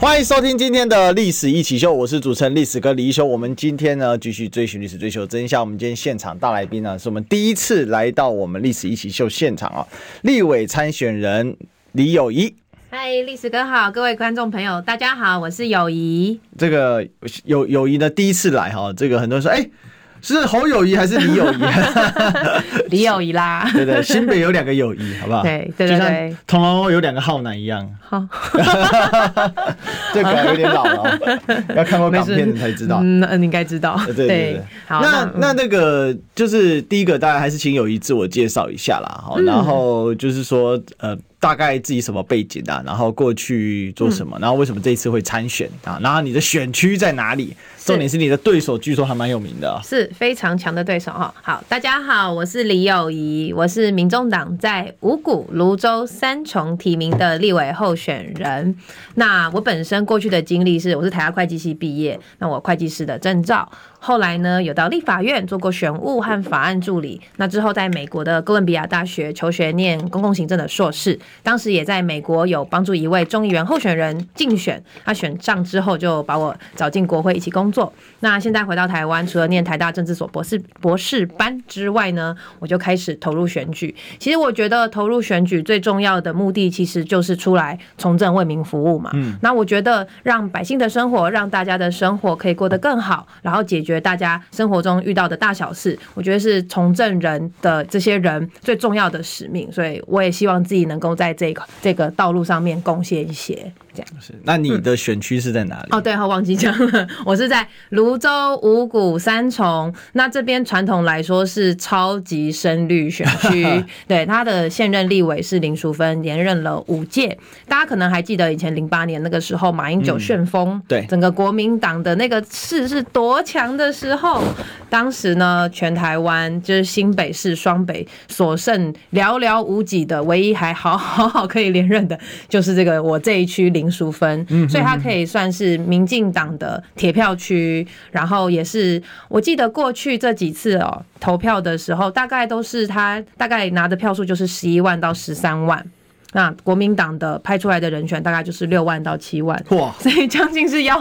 欢迎收听今天的历史一起秀，我是主持人历史哥李一修。我们今天呢，继续追寻历史，追求真相。我们今天现场大来宾呢，是我们第一次来到我们历史一起秀现场啊、立委参选人李友仪。嗨，历史哥好，各位观众朋友，大家好，我是 友谊。这个友友谊呢，第一次来哈、这个很多人说，哎，是侯友谊还是李友谊？啊 李友谊啦。对对，新北有两个友谊，好不好？对对对就像对铜锣湾有两个浩南一样。好，这可能有点老了哦，要看过港片的才知道。嗯，嗯你应该知道。 对对对，好，那那嗯那那个就是第一个，当然还是请友谊自我介绍一下啦。好，嗯然后就是说，呃，大概自己什么背景啊，然后过去做什嗯么，然后为什么这一次会参选啊，然后你的选区在哪里？重点是你的对手据说还蛮有名的啊。是非常强的对手哈。好，大家好，我是李友谊，我是民众党在五股、泸州三重提名的立委候选人。那我本身过去的经历是，我是台大会计系毕业，那我会计师的证照。后来呢，有到立法院做过选务和法案助理，那之后在美国的哥伦比亚大学求学念公共行政的硕士，当时也在美国有帮助一位众议员候选人竞选，他选上之后就把我找进国会一起工作。那现在回到台湾，除了念台大政治所博士博士班之外呢，我就开始投入选举。其实我觉得投入选举最重要的目的，其实就是出来从政为民服务嘛。嗯，那我觉得让百姓的生活，让大家的生活可以过得更好，然后解决大家生活中遇到的大小事，我觉得是从政人的这些人最重要的使命。所以我也希望自己能够在这个这个道路上面贡献一些。这样是那你的选区是在哪里？哦，对，我忘记讲了， 我是在泸州、五股、三重。那这边传统来说是超级深绿选区，对，他的现任立委是林淑芬，连任了五届。大家可能还记得以前零八年那个时候，马英九旋风，对整个国民党的那个势是多强的时候，当时呢，全台湾就是新北市双北所剩寥寥无几的，唯一还好好好可以连任的，就是这个我这一区林淑芬，所以她可以算是民进党的铁票区，然后也是我记得过去这几次哦投票的时候，大概都是她大概拿的票数就是十一万到十三万。那国民党的派出来的人选大概就是六万到七万，哇 所以将近是要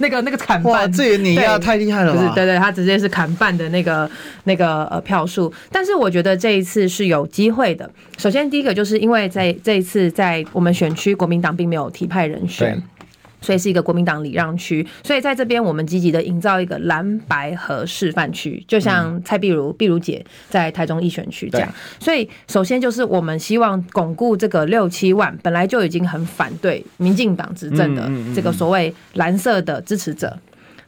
那个那个砍哇，半。这啊也碾压对太厉害了就是吧？对对，他直接是砍半的那个那个呃票数。但是我觉得这一次是有机会的。首先第一个就是因为在这一次在我们选区，国民党并没有提派人选对。所以是一个国民党礼让区，所以在这边我们积极的营造一个蓝白河示范区，就像嗯蔡碧如、碧如姐在台中一选区这样。所以首先就是我们希望巩固这个六七万本来就已经很反对民进党执政的嗯嗯嗯这个所谓蓝色的支持者。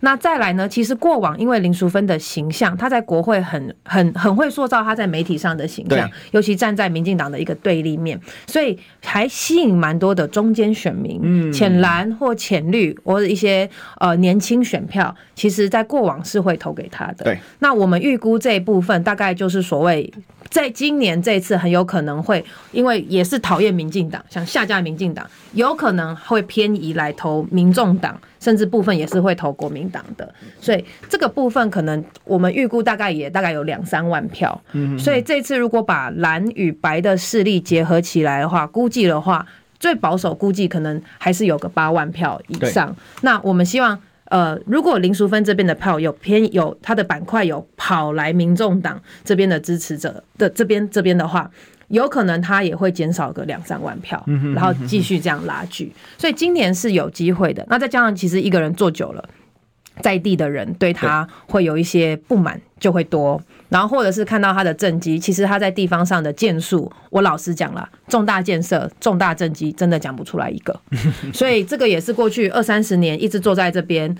那再来呢？其实过往因为林淑芬的形象，她在国会很很很会塑造她在媒体上的形象对，尤其站在民进党的一个对立面，所以还吸引蛮多的中间选民，浅蓝或浅绿或者一些呃年轻选票，其实在过往是会投给她的。对，那我们预估这一部分大概就是所谓。在今年这一次很有可能会，因为也是讨厌民进党，想下架民进党，有可能会偏移来投民众党，甚至部分也是会投国民党的。所以这个部分可能我们预估大概也大概有两三万票。嗯，所以这次如果把蓝与白的势力结合起来的话，估计的话，最保守估计可能还是有个八万票以上。那我们希望。呃，如果林淑芬这边的票有偏有他的板块有跑来民众党这边的支持者的这边这边的话，有可能他也会减少个两三万票，然后继续这样拉锯。所以今年是有机会的。那再加上其实一个人做久了，在地的人对他会有一些不满，就会多。然后或者是看到他的政绩，其实他在地方上的建树，我老实讲啦，重大建设、重大政绩，真的讲不出来一 个。所以这个也是过去二三十年一直坐在这边。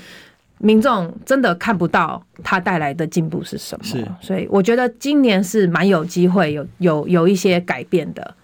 民众真的看不到他带来的进步是什么，是所以我觉得今年是蛮有机会有有有一些改变的。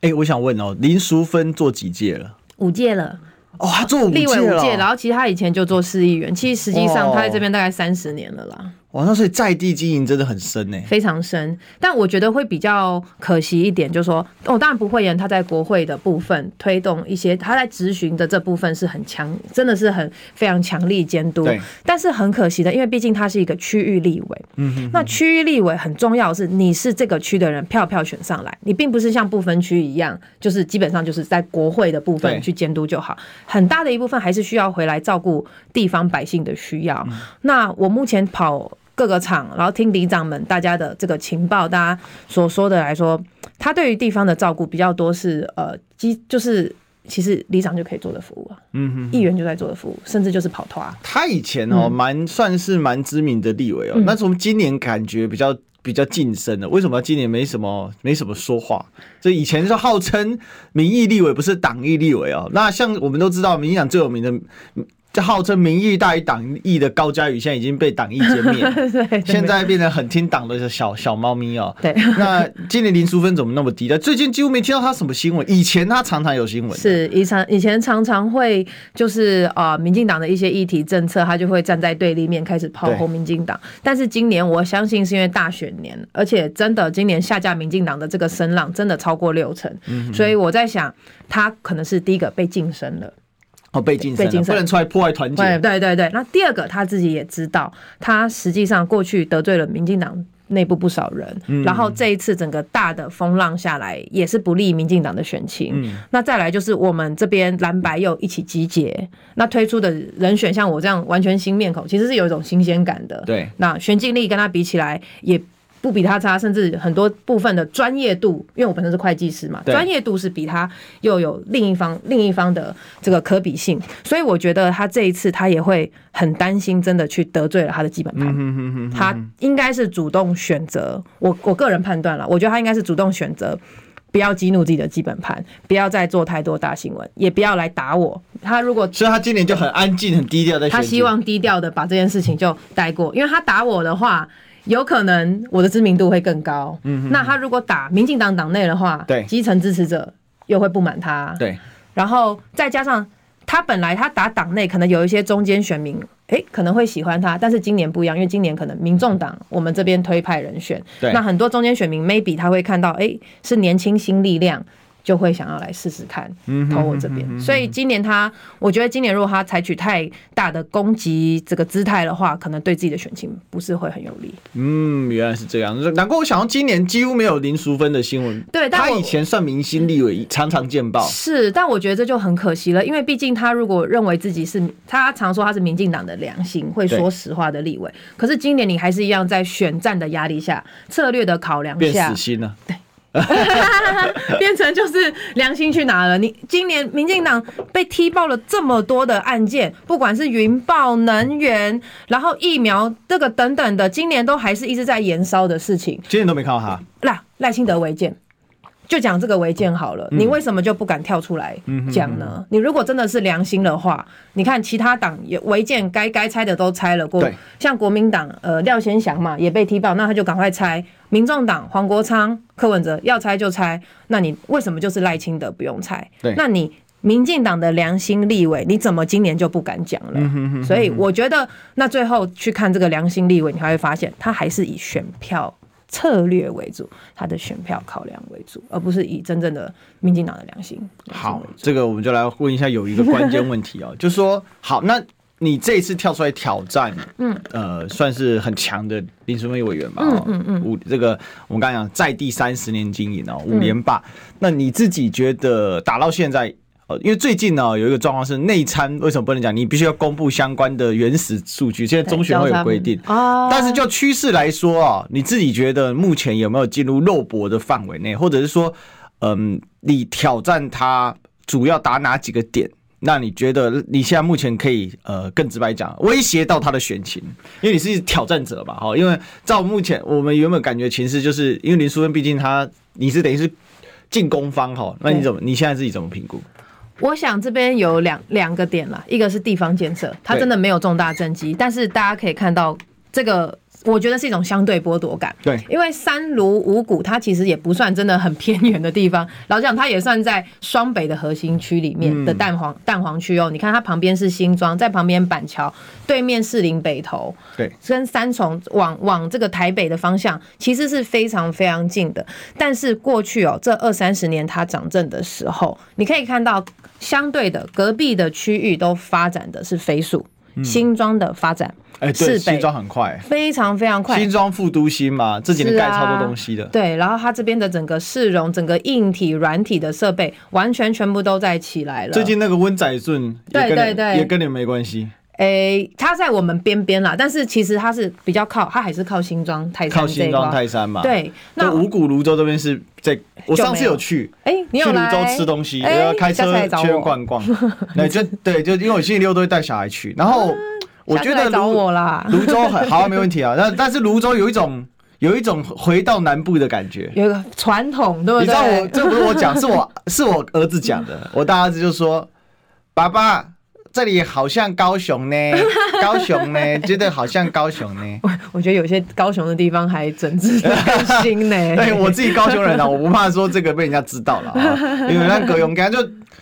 哎，我想问哦，林淑芬做几届了？五届了，哦，她做五立届委五届，然了。后其实他以前就做市议员，其实实际上哇他在这边大概三十年了啦。哇，那所以在地经营真的很深呢、非常深。但我觉得会比较可惜一点，就是说，我、当然不会言他在国会的部分推动一些，他在执行的这部分是很强，真的是很非常强力监督对。但是很可惜的，因为毕竟他是一个区域立委，嗯那区域立委很重要的是，你是这个区的人票票选上来，你并不是像不分区一样，就是基本上就是在国会的部对分去监督就好。很大的一部分还是需要回来照顾地方百姓的需要。嗯那我目前跑各个厂，然后听里长们大家的这个情报，大家所说的来说，他对于地方的照顾比较多是呃，基就是其实里长就可以做的服务啊，嗯哼，议员就在做的服务，甚至就是跑团。 他以前嗯哦，蛮、算是蛮知名的立委哦，那从今年感觉比较。比较晋升的，为什么今年没什么没什么说话？这以前是号称民意立委，不是党意立委哦。那像我们都知道，民进党最有名的，就号称民意大于党意的高嘉瑜，现在已经被党意歼灭 了，对，现在变得很听党的小小猫咪哦。对。那今年林淑芬怎么那么低？但最近几乎没听到她什么新闻，以前她常常有新闻。是以前以前常常会就是呃，民进党的一些议题政策，他就会站在对立面开始炮对轰民进党。但是今年我相信是因为大选年，而且真的今年下架民进党的这个声浪真的超过六成，所以我在想他可能是第一个被晋升了。哦，被晋升被晋了，升不能出来破坏团对结。对对对，那第二个他自己也知道，他实际上过去得罪了民进党。内部不少人，然后这一次整个大的风浪下来，也是不利民进党的选情。那再来就是我们这边蓝白又一起集结，那推出的人选像我这样完全新面孔，其实是有一种新鲜感的。对，那玄静力跟他比起来也不比他差，甚至很多部分的专业度，因为我本身是会计师嘛，对专业度是比他又有另一方另一方的这个可比性，所以我觉得他这一次他也会很担心，真的去得罪了他的基本盘。嗯哼哼，他应该是主动选择，我我个人判断了，我觉得他应该是主动选择，不要激怒自己的基本盘，不要再做太多大新闻，也不要来打我。他如果所以她今年就很安静、很低调在选他举希望低调的把这件事情就带过，因为他打我的话，有可能我的知名度会更高。嗯，那他如果打民进党党内的话，对基层支持者又会不满他。，对然后再加上他本来他打党内，可能有一些中间选民，诶，可能会喜欢他，但是今年不一样，因为今年可能民众党我们这边推派人选，对那很多中间选民 maybe 他会看到，诶，是年轻新力量。就会想要来试试看投我这边，所以今年他，我觉得今年如果他采取太大的攻击这个姿态的话，可能对自己的选情不是会很有利。嗯，原来是这样。难怪我想到今年几乎没有林淑芬的新闻。对但她我以前算明星立委，常常见报。是，但我觉得这就很可惜了，因为毕竟他如果认为自己是，他常说他是民进党的良心，会对说实话的立委，可是今年你还是一样在选战的压力下、策略的考量变下死，心啊了，变成就是良心去哪了？你今年民进党被踢爆了这么多的案件，不管是云豹、能源，然后疫苗这个等等的，今年都还是一直在延烧的事情。今年都没看到她。赖赖清德违建，就讲这个违建好嗯了，你为什么就不敢跳出来讲呢？你如果真的是良心的话，你看其他党也违建该该拆的都拆了过，对像国民党呃廖先祥嘛也被踢爆，那他就赶快拆；民众党黄国昌、柯文哲要拆就拆，那你为什么就是赖清德不用拆对？那你。民进党的良心立委，你怎么今年就不敢讲 嗯了？所以我觉得，那最后去看这个良心立委，你还会发现，他还是以选票策略为主，他的选票考量为主，而不是以真正的民进党的良心。好，这个我们就来问一下有一个关键问题 哦，就说好，那你这一次跳出来挑战，嗯，呃，算是很强的林淑梅委员吧、哦，嗯嗯五这个我们刚才讲在地三十年经营哦，五连霸，那你自己觉得打到现在？呃，因为最近呢、有一个状况是内参为什么不能讲？你必须要公布相关的原始数据，现在中学会有规定对交叉哦但是就趋势来说啊，你自己觉得目前有没有进入肉搏的范围内，或者是说，嗯，你挑战它主要打哪几个点？那你觉得你现在目前可以呃更直白讲，威胁到他的选情，因为你是挑战者吧？哈，因为照目前我们原本感觉情势，就是因为林淑芬毕竟她你是等于是进攻方哈，那你怎么你现在自己怎么评估？我想这边有两两个点啦，一个是地方建设，它对真的没有重大政绩，但是大家可以看到这个我觉得是一种相对剥夺感。对因为三卢五股它其实也不算真的很偏远的地方， 老实讲它也算在双北的核心区里嗯面的蛋黄、蛋黄区哦。你看它旁边是新庄，在旁边板桥，对面士林北投，对，跟三重往往这个台北的方向其实是非常非常近的。但是过去哦，这二三十年它掌政的时候，你可以看到相对的隔壁的区域都发展的是飞速，新庄的发展，嗯哎，对，市北新庄很快，非常非常快，新庄副都心嘛，这几年是盖啊超多东西的，对，然后它这边的整个市容、整个硬体、软体的设备，完全全部都在起来了。最，近那个温仔顺也啊对跟对你对也跟你没关系，诶，哎它在我们边边啦，但是其实它是比较靠，它还是靠新庄、泰山靠这一新块庄。泰山嘛。，对，那那五股泸州这边是在，我上次有去。哎，你去有泸来州吃东西，哎然后开下次车来找去我逛逛。 对，就对，就因为我星期六都会带小孩去，然后我啊下次觉来得找泸我啦。泸州很好啊，没问题啊。但但是泸州有一种有一种回到南部的感觉。有一个传统，对不对？你知道我这不是我讲，是我是我儿子讲的。我大儿子就说：“爸爸，这里好像高雄呢，高雄呢，觉得好像高雄呢。。我 我觉得有些高雄的地方还整治的更新呢 对我自己高雄人啊， 我不怕说这个被人家知道了啊，因为那葛勇敢就。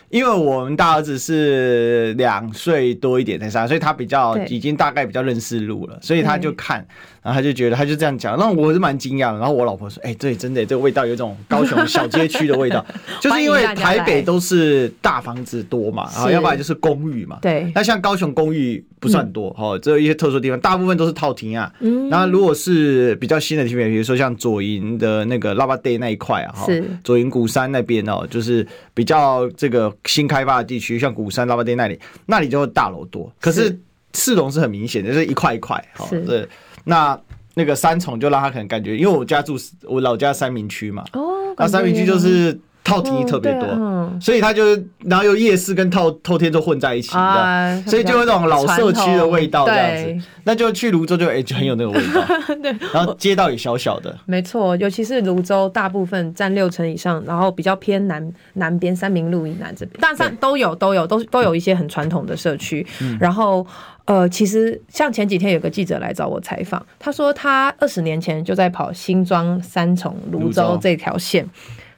因为我们大儿子是两岁多一点才上，所以他比较对嗯已经大概比较认识路了，所以他就对看，然后他就觉得他就这样讲，那我是蛮惊讶的。然后我老婆说：“哎、对，真的，这个味道有一种高雄小街区的味 道，就是因为欢迎大家台来北都是大房子多嘛，啊，是要不然就是公寓嘛，对那像高雄公寓不算嗯多，哦，只有一些特殊地方，大部分都是套厅啊。那如果是比较新的地方，比如说像左营的那个拉巴 day 那一块啊，哈是，左营鼓山那边哦，就是比较这个新开发的地区，像鼓山拉巴 day 那里，那里就大楼多，可是是市容是很明显的，就是一块一块，哦，是对，那。那个三重就让他可能感觉，因为我家住我老家三明区嘛，哦，那啊三明区就是套哦厅特别对多，啊嗯所以他就是然后又夜市跟透透天都混在一起，啊你知道所以就有一种老社区的味道这样传子。那就去泸州就哎、就很有那个味道， 对，然后街道也小小的，没错，尤其是泸州，大部分占六成以上，然后比较偏南南边三明路以南这边，但上都有都有都都有一些很传统的社区。然后呃，其实像前几天有个记者来找我采访，他说他二十年前就在跑新庄、三重、泸泸州州这条线，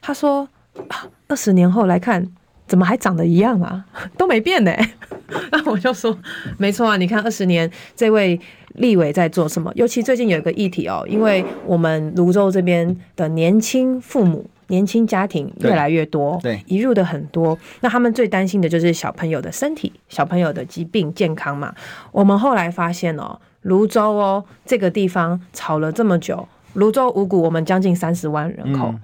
他说啊二十、20年后来看。怎么还长得一样啊？ 都没变呢、那我就说，没错啊，你看二十年这位立委在做什么？尤其最近有一个议题哦，因为我们泸州这边的年轻父母。年轻家庭对越来越多，对移入的很多。那他们最担心的就是小朋友的身体、小朋友的疾病健康嘛。我们后来发现哦，泸州哦这个地方吵了这么久，泸州五股我们将近三十万人口，嗯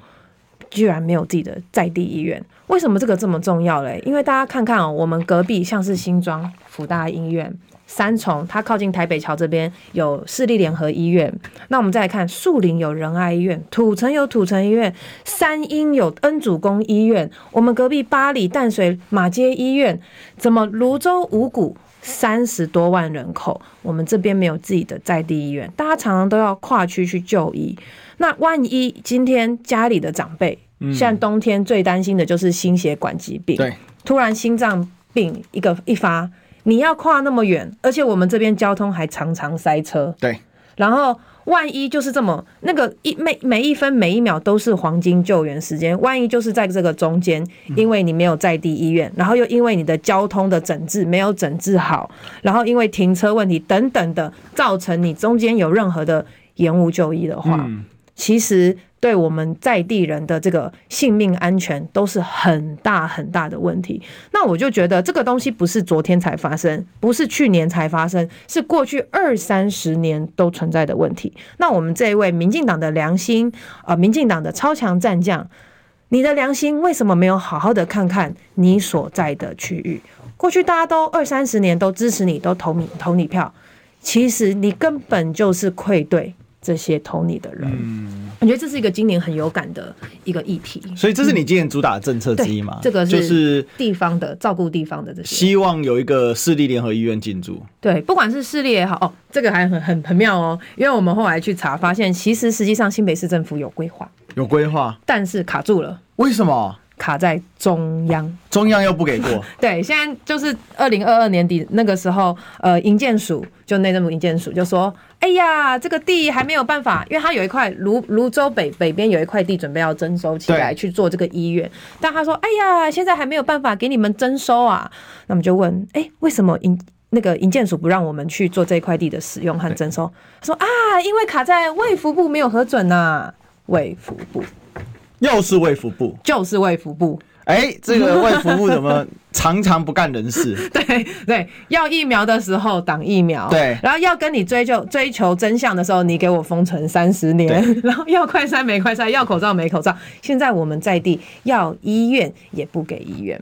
居然没有自己的在地医院。为什么这个这么重要嘞？因为大家看看哦，我们隔壁像是新庄福大医院、三重，它靠近台北桥这边有市立联合医院。那我们再来看树林有仁爱医院，土城有土城医院，三鹰有恩主公医院，我们隔壁巴黎淡水马街医院，怎么泸州五股？三十多万人口，我们这边没有自己的在地医院，大家常常都要跨区去就医。那万一今天家里的长辈，像冬天最担心的就是心血管疾病，对，突然心脏病一个一发，你要跨那么远，而且我们这边交通还常常塞车，对，然后万一就是这么那个一每每一分每一秒都是黄金救援时间，万一就是在这个中间，因为你没有在地医院，然后又因为你的交通的整治没有整治好，然后因为停车问题等等的，造成你中间有任何的延误就医的话，其实对我们在地人的这个性命安全都是很大很大的问题。那我就觉得这个东西不是昨天才发生，不是去年才发生，是过去二三十年都存在的问题。那我们这一位民进党的良心，呃，民进党的超强战将，你的良心为什么没有好好的看看你所在的区域？过去大家都二三十年都支持你，都投你投你票，其实你根本就是愧对这些投你的人。嗯我觉得这是一个今年很有感的一个议题，所以这是你今年主打的政策之一嘛？对这个是就是地方的照顾地方的这些。希望有一个市立联合医院进驻，对，不管是视力也好，哦，这个还很很很妙哦，因为我们后来去查发现，其实实际上新北市政府有规划，有规划，但是卡住了。为什么？卡在中央。中央又不给过，对，现在就是二零二二年底那个时候，呃，营建署就内政部营建署就说，哎呀，这个地还没有办法，因为它有一块泸泸州北北边有一块地准备要征收起来对去做这个医院，但他说，哎呀，现在还没有办法给你们征收啊，那么就问，哎，为什么营那个营建署不让我们去做这块地的使用和征收？他说啊，因为卡在卫福部没有核准呐、卫福部 又是卫福部。就是卫福部，哎，这个卫福部怎么常常不干人 事？ 对对，要疫苗的时候挡疫苗，对然后要跟你追究追求真相的时候，你给我封存三十年， 然后要快筛没快筛，要口罩没口罩。现在我们在地要医院也不给医院，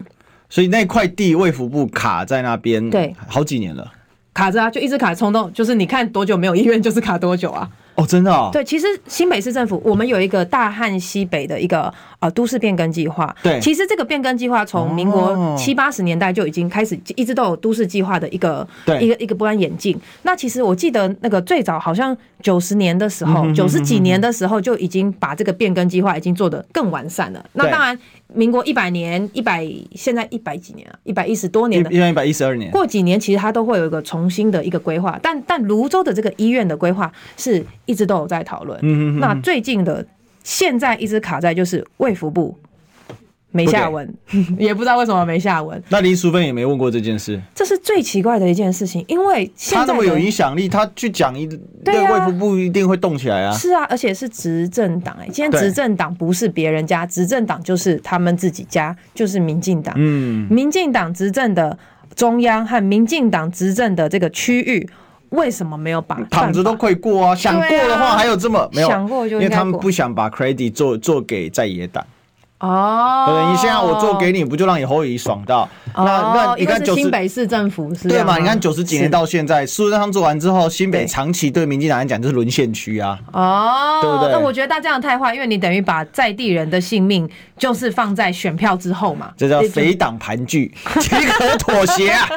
所以那块地卫福部卡在那边，对好几年了。卡着啊，就一直卡冲动，就是你看多久没有医院，就是卡多久啊。哦，真的哦。对，其实新北市政府我们有一个大汉西北的一个呃都市变更计划。对其实这个变更计划从民国哦七八十年代就已经开始，一直都有都市计划的一个对一个一个不断演进。那其实我记得那个最早好像九十年的时嗯候，哼九十几年的时候就已经把这个变更计划已经做得更完善了。那对当然，民国一百年、一百现在一百几年啊，一百一十多年的一一百一十二年，过几年其实它都会有一个重新的一个规划，但但泸州的这个医院的规划是一直都有在讨论。嗯哼哼那最近的现在一直卡在就是卫福部没下文，也不知道为什么没下文，那林淑芬也没问过这件事。这是最奇怪的一件事情，因为现他在那么的有影响力，他去讲一，那对啊卫福部一定会动起来啊。是啊，而且是执政党哎、今天对执政党不是别人家，执政党就是他们自己家，就是民进党。嗯，民进党执政的中央和民进党执政的这个区域，为什么没有把嗯躺着都可以过啊，想过的话还有这么没有？想过就应因该为他们过不想把 credit 做做给在野党。哦，对，你现在我做给你，不就让你侯友谊爽到？那那哦，你因为看是九新十。北市政府是这对样吗嘛？你看九十几年到现在，苏贞昌做完之后，新北对长期对民进党来讲就是沦陷区啊。哦，对不对那我觉得大家这样太坏，因为你等于把在地人的性命就是放在选票之后嘛，这叫也就肥党盘 踞，岂可妥协啊！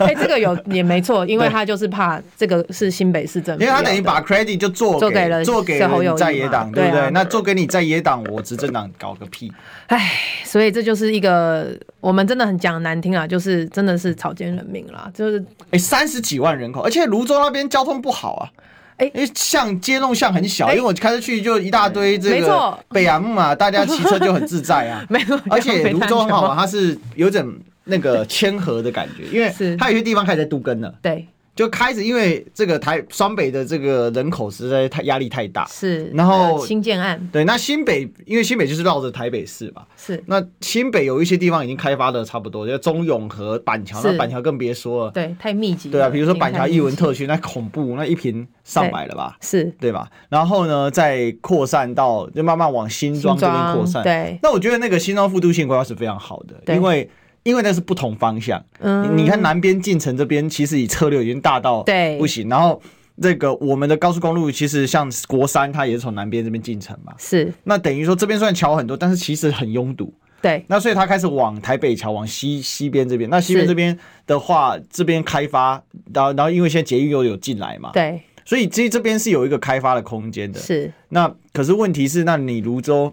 哎、这个有也没错，因为对他就是怕这个是新北市政府因为要的，他等于把 credit 就做做给了做给侯友宜嘛在野党，对不对啊对？那做给你在野党，我执政党搞个屁！唉，所以这就是一个我们真的很讲难听啊，就是真的是草菅人命啦，就是哎，三十几万人口，而且泸州那边交通不好啊。哎因为巷街弄巷很小，哎因为我开车去就一大堆这没个错。北洋嘛，大家骑车就很自在啊 没有，而且泸州很啊好玩，吗？它是有点那个谦和的感觉，因为是它有些地方开始在杜根了，对，就开始因为这个台双北的这个人口实在太压力太大。是，然后呃新建案对，那新北因为新北就是绕着台北市嘛，是那新北有一些地方已经开发的差不多，就中永和、板桥，是那板桥更别说了。对太密集了，对啊，比如说已经太板桥密艺文集特区，那恐怖，那一瓶上百了吧，是对吧？然后呢，再扩散到就慢慢往新庄这边扩散。对，那我觉得那个新庄复都性规划是非常好的，对因为因为那是不同方向。嗯你你看南边进城这边，其实以策略已经大到对不行，然后。这个我们的高速公路其实像国三，它也是从南边这边进城嘛。是那等于说这边虽然桥很多，但是其实很拥堵。对那所以它开始往台北桥往西西边这边。那西边是这边的话，这边开发，然后然后因为现在捷运又有进来嘛，对所以其实这边是有一个开发的空间的。是那可是问题是，那你泸州，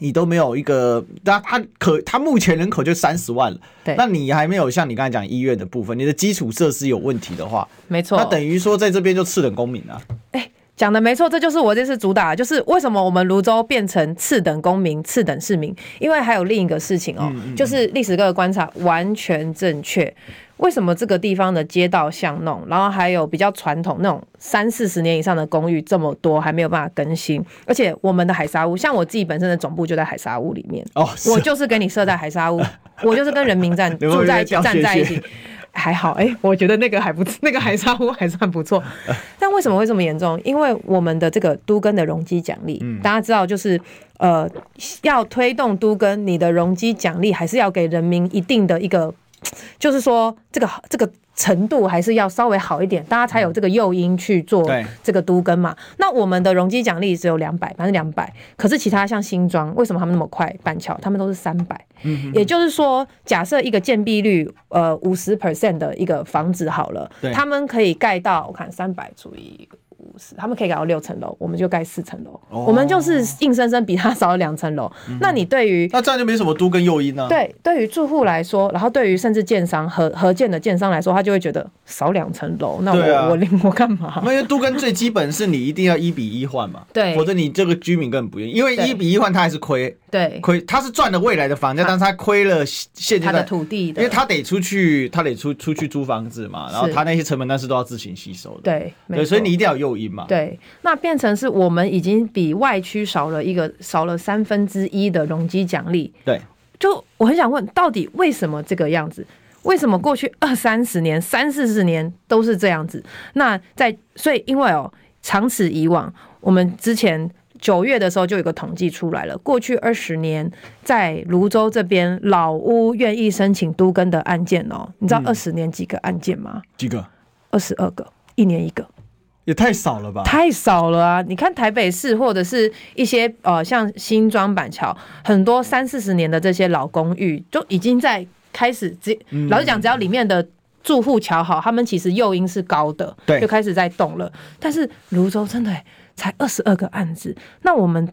你都没有一个，那它可它目前人口就三十万了，对那你还没有像你刚才讲医院的部分，你的基础设施有问题的话，没错。那等于说在这边就次等公民啊。讲的没错，这就是我这次主打，就是为什么我们泸州变成次等公民、次等市民，因为还有另一个事情哦，就是历史哥的观察完全正确。为什么这个地方的街道巷弄，然后还有比较传统那种三四十年以上的公寓这么多，还没有办法更新？而且我们的海沙屋，像我自己本身的总部就在海沙屋里面，哦，是我就是跟你设在海沙屋， 我就是跟人民站 有没有住在一起，掉屑屑站在一起，还好。哎、我觉得那个还不， 那个海沙屋还算 不错。但为什么会这么严重？因为我们的这个都根的容积奖励，嗯大家知道就是。呃，要推动都跟你的容积奖励还是要给人民一定的一个就是说这个这个程度还是要稍微好一点，大家才有这个诱因去做对这个都跟嘛。那我们的容积奖励只有两百，百分之两百，可是其他像新庄，为什么他们那么快？板桥他们都是三百、嗯也就是说，假设一个建蔽率呃五十 percent 的一个房子好了对，他们可以盖到我看三百除以。五十，他们可以盖到六层楼，我们就盖四层楼，哦我们就是硬生生比他少了两层楼。嗯那你对于那这样就没什么都跟诱因呢、啊。，对，对于住户来说，然后对于甚至建商合合建的建商来说，他就会觉得少两层楼，那对我、啊我领我干 嘛？因为都跟最基本是你一定要一比一换嘛， 对否则你这个居民根本不愿意，因为对一比一换他还是亏对，亏，他是赚了未来的房价，但是他亏了现阶他的段，土地因的，为他得出去，他得出出去租房子嘛，然后是他那些成本但是都要自行吸收的，对，没对，所以错你一定要有诱因嘛，对，那变成是我们已经比外区少了一个少了三分之一的容积奖励。对，就我很想问，到底为什么这个样子？为什么过去二三十年、三四十年都是这样子？那在所以因为哦，长此以往，我们之前九月的时候就有一个统计出来了，过去二十年在泸州这边老屋愿意申请都更的案件哦，你知道二十年几个案件吗？几个二十二个，一年一个。也太少了吧？太少了啊！你看台北市或者是一些呃，像新庄板桥，很多三四十年的这些老公寓，就已经在开始只老实讲，只要里面的住户瞧好，他们其实诱因是高的，对就开始在动了。但是泸州真的、欸、才二十二个案子，那我们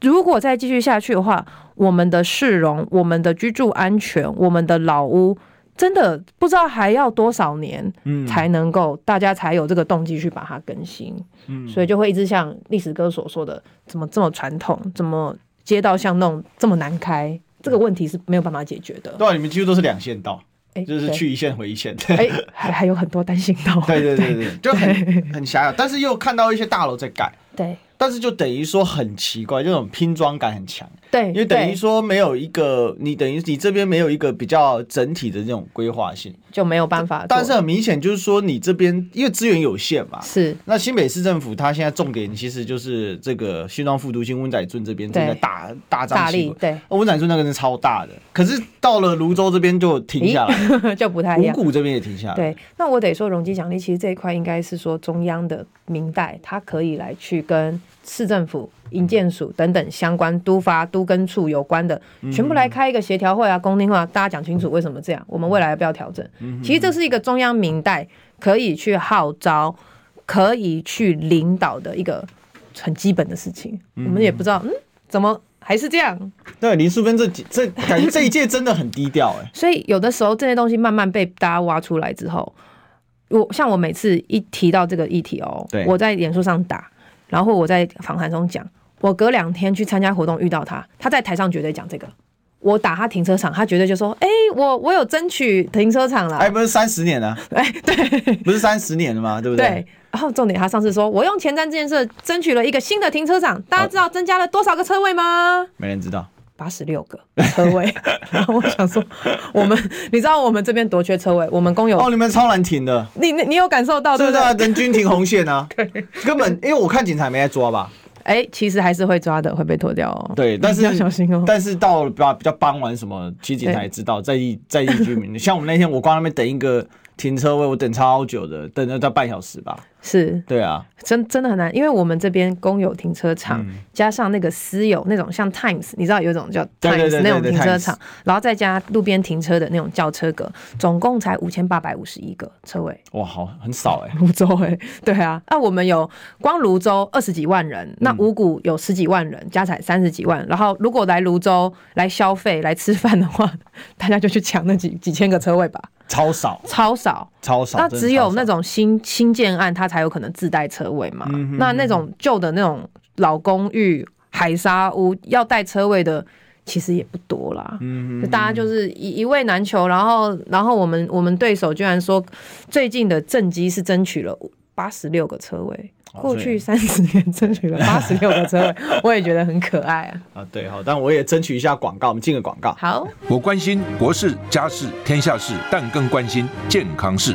如果再继续下去的话，我们的市容、我们的居住安全、我们的老屋，真的不知道还要多少年，嗯才能够大家才有这个动机去把它更新。嗯，所以就会一直像历史哥所说的，怎么这么传统，怎么街道巷弄这么难开，这个问题是没有办法解决的。对啊，你们几乎都是两线道，哎就是对去一线回一 线。哎、还还有很多单行道。 对对对对，就很很狭隘，但是又看到一些大楼在盖， 对但是就等于说很奇怪，这种拼装感很强，对，因为等于对说没有一个你等于你这边没有一个比较整体的这种规划性，就没有办法做。但是很明显就是说你这边因为资源有限嘛。是那新北市政府它现在重点其实就是这个新庄、复读新、温仔镇这边对正在大大张大旗力鼓。哦对， 温仔镇那个是超大的，可是到了泸州这边就停下来，咦，就不太一五样。谷这边也停下来。哎对，那我得说，容积奖励其实这一块应该是说中央的明代，它可以来去跟市政府、嗯营建署等等相关都发、都跟处有关的，嗯全部来开一个协调会啊、公听会啊，大家讲清楚为什么这样，我们未来要不要调整？嗯其实这是一个中央明代可以去号召、可以去领导的一个很基本的事情。我们也不知道，嗯，怎么还是这样？对，林淑芬这几这感觉这一届真的很低 调哎、所以有的时候这些东西慢慢被大家挖出来之后，我像我每次一提到这个议题哦对，我在脸书上打，然后我在访谈中讲，我隔两天去参加活动遇到他，他在台上绝对讲这个。我打他停车场，他绝对就说：“哎、我我有争取停车场啊啦。哎，不是三十年了， 哎， 对，不是三十年了吗？对不对？”然后重点，他上次说：“我用前瞻建设争取了一个新的停车场，大家知道增加了多少个车位吗？”没人知道，八十六个车 位。然后我想说，我们你知道我们这边多缺车位，我们公有哦，你们超难停的，你你你有感受到对对不不对对？啊？人均停红线 啊，根本因为我看警察没在抓吧，哎、其实还是会抓的，会被拖掉哦。对，但是要小心哦但是到了比较比较傍晚什么，其实警察也知道在地 在地居民，像我们那天我光那边等一个停车位，我等超久的，等了到半小时吧，是对啊，真真的很难，因为我们这边公有停车场、嗯加上那个私有那种像 Times，你知道有一种叫 Times 对对对对那种对停车 Times 场，然后再加路边停车的那种轿车格，总共才五千八百五十一个车位。哇，好很少哎、泸州哎、对啊，那、我们有光泸州二十几万嗯人，那五谷有十几万人，加起来三十几万。然后如果来泸州来消费、来吃饭的话，大家就去抢那几几千个车位吧，超少超少。超少，那真的只有超少那种新新建案，它才有可能自带车位嗯嘛。那那种旧的那种老公寓、海沙屋，要带车位的。其实也不多啦，嗯，大家就是一一位难求，然后，然后我们我们对手居然说，最近的政绩是争取了八十六个车位，哦过所以去三十年争 取了八十六个车位，我也觉得很可爱啊。啊，对，好，但我也争取一下广告，我们进个广告。好，我关心国事、家事、天下事，但更关心健康事。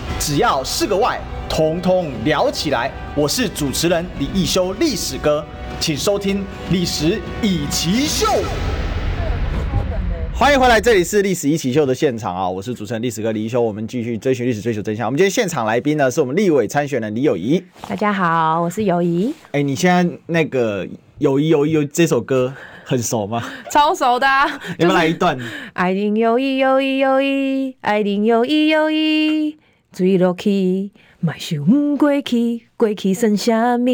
只要是个“外”，统统聊起来。我是主持人李一修，历史哥，请收听《历史以奇秀》。欢迎回来，这里是历史一起秀的现场啊，我是主持人历史哥李一修，我们继续追寻历史，追求真相。我们今天现场来宾呢是我们立委参选人李友仪。大家好，我是尤怡。哎，你现在那个友谊友谊友谊这首歌很熟吗？超熟的、啊，你们来一段。爱情有意有意有意，爱情有意有意，坠落去，莫想不过去，过去算什么？